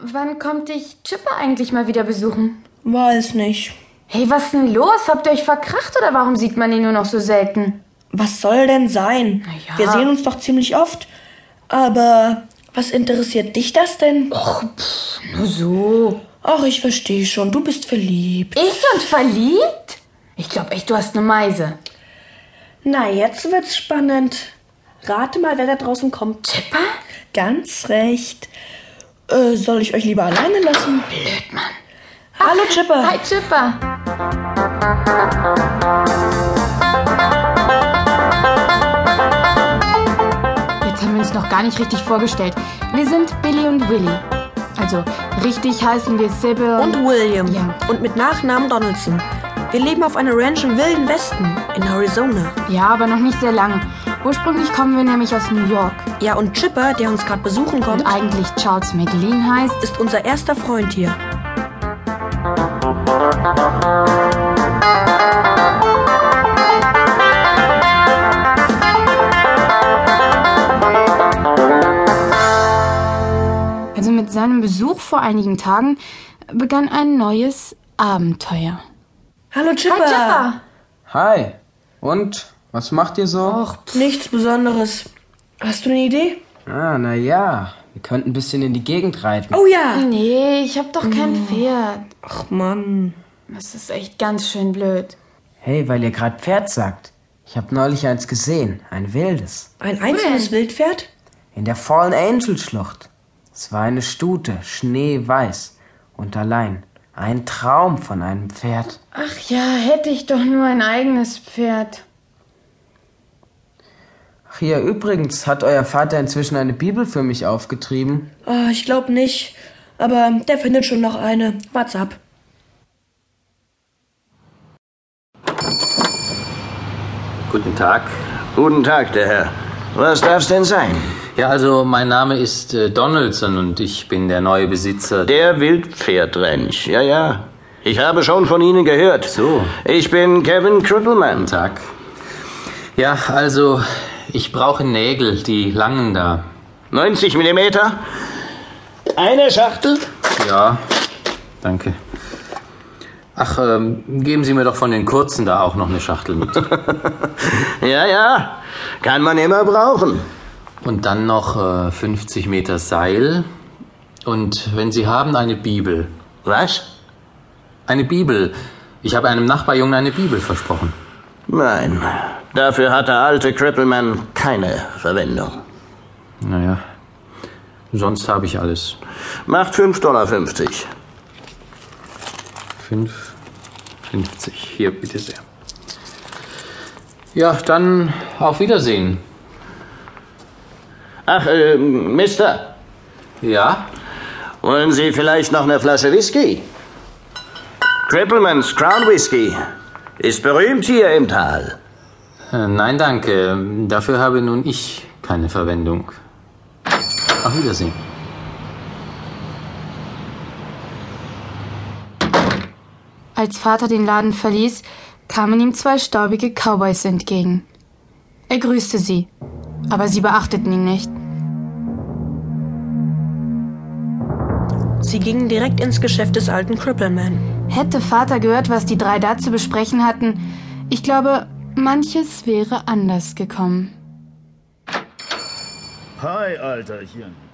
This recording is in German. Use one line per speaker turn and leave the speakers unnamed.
Wann kommt dich Chipper eigentlich mal wieder besuchen?
Weiß nicht.
Hey, was ist denn los? Habt ihr euch verkracht oder warum sieht man ihn nur noch so selten?
Was soll denn sein?
Na ja.
Wir sehen uns doch ziemlich oft. Aber was interessiert dich das denn?
Och, pff, nur so.
Ach, ich verstehe schon, du bist verliebt.
Ich und verliebt? Ich glaube echt, du hast eine Meise.
Na, jetzt wird's spannend. Rate mal, wer da draußen kommt.
Chipper?
Ganz recht. Äh, soll ich euch lieber alleine lassen?
Blöd, Mann.
Hallo, Chipper.
Hi, Chipper. Jetzt haben wir uns noch gar nicht richtig vorgestellt. Wir sind Billy und Willy. Also, richtig heißen wir Sybil
Und William.
Ja.
Und mit Nachnamen Donaldson. Wir leben auf einer Ranch im Wilden Westen in Arizona.
Ja, aber noch nicht sehr lange. Ursprünglich kommen wir nämlich aus New York.
Ja, und Chipper, der uns gerade besuchen kommt,
Und eigentlich Charles McLean heißt.
ist unser erster Freund hier.
Also mit seinem Besuch vor einigen Tagen begann ein neues Abenteuer.
Hallo, Chipper.
Hi. Und? Was macht ihr so?
Och,
Nichts Besonderes. Hast du eine Idee?
Ah, na ja. Wir könnten ein bisschen in die Gegend reiten.
Oh ja.
nee, ich hab doch kein Pferd.
Ach, Mann.
Das ist echt ganz schön blöd.
Hey, weil ihr gerade Pferd sagt. Ich habe neulich eins gesehen. Ein wildes.
Ein einzelnes Wildpferd?
In der Fallen Angel Schlucht. Es war eine Stute, schneeweiß und allein. Ein Traum von einem Pferd.
Ach ja, hätte ich doch nur ein eigenes Pferd.
Ach ja, übrigens hat euer Vater inzwischen eine Bibel für mich aufgetrieben.
Ah, ich glaube nicht. Aber der findet schon noch eine. Wart's ab.
Guten Tag.
Guten Tag, der Herr. Was darf's denn sein?
Ja, also mein Name ist äh, Donaldson und ich bin der neue Besitzer.
Der Wildpferdranch. Ja, ja. Ich habe schon von Ihnen gehört.
So.
Ich bin Kevin Crippleman.
Guten Tag. Ja, also ich brauche Nägel, die langen da.
90 Millimeter. Eine Schachtel.
Ja, danke. Ach, ähm, geben Sie mir doch von den kurzen da auch noch eine Schachtel mit.
Ja, ja. Kann man immer brauchen.
Und dann noch äh, 50 Meter Seil. Und wenn Sie haben, eine Bibel.
Was?
Eine Bibel. Ich habe einem Nachbarjungen eine Bibel versprochen.
Nein. Dafür hat der alte Crippleman keine Verwendung.
Naja, sonst habe ich alles.
Macht 5,50 Dollar.
5,50. Hier, bitte sehr. Ja, dann auf Wiedersehen.
Ach, äh, Mister.
Ja?
Wollen Sie vielleicht noch eine Flasche Whisky? Cripplemans Crown Whisky ist berühmt hier im Tal.
Äh, nein, danke. Dafür habe nun ich keine Verwendung. Auf Wiedersehen.
Als Vater den Laden verließ, kamen ihm zwei staubige Cowboys entgegen. Er grüßte sie, aber sie beachteten ihn nicht.
Sie gingen direkt ins Geschäft des alten Crippleman.
Hätte Vater gehört, was die drei da zu besprechen hatten, ich glaube, manches wäre anders gekommen.
Hi, Alterchen.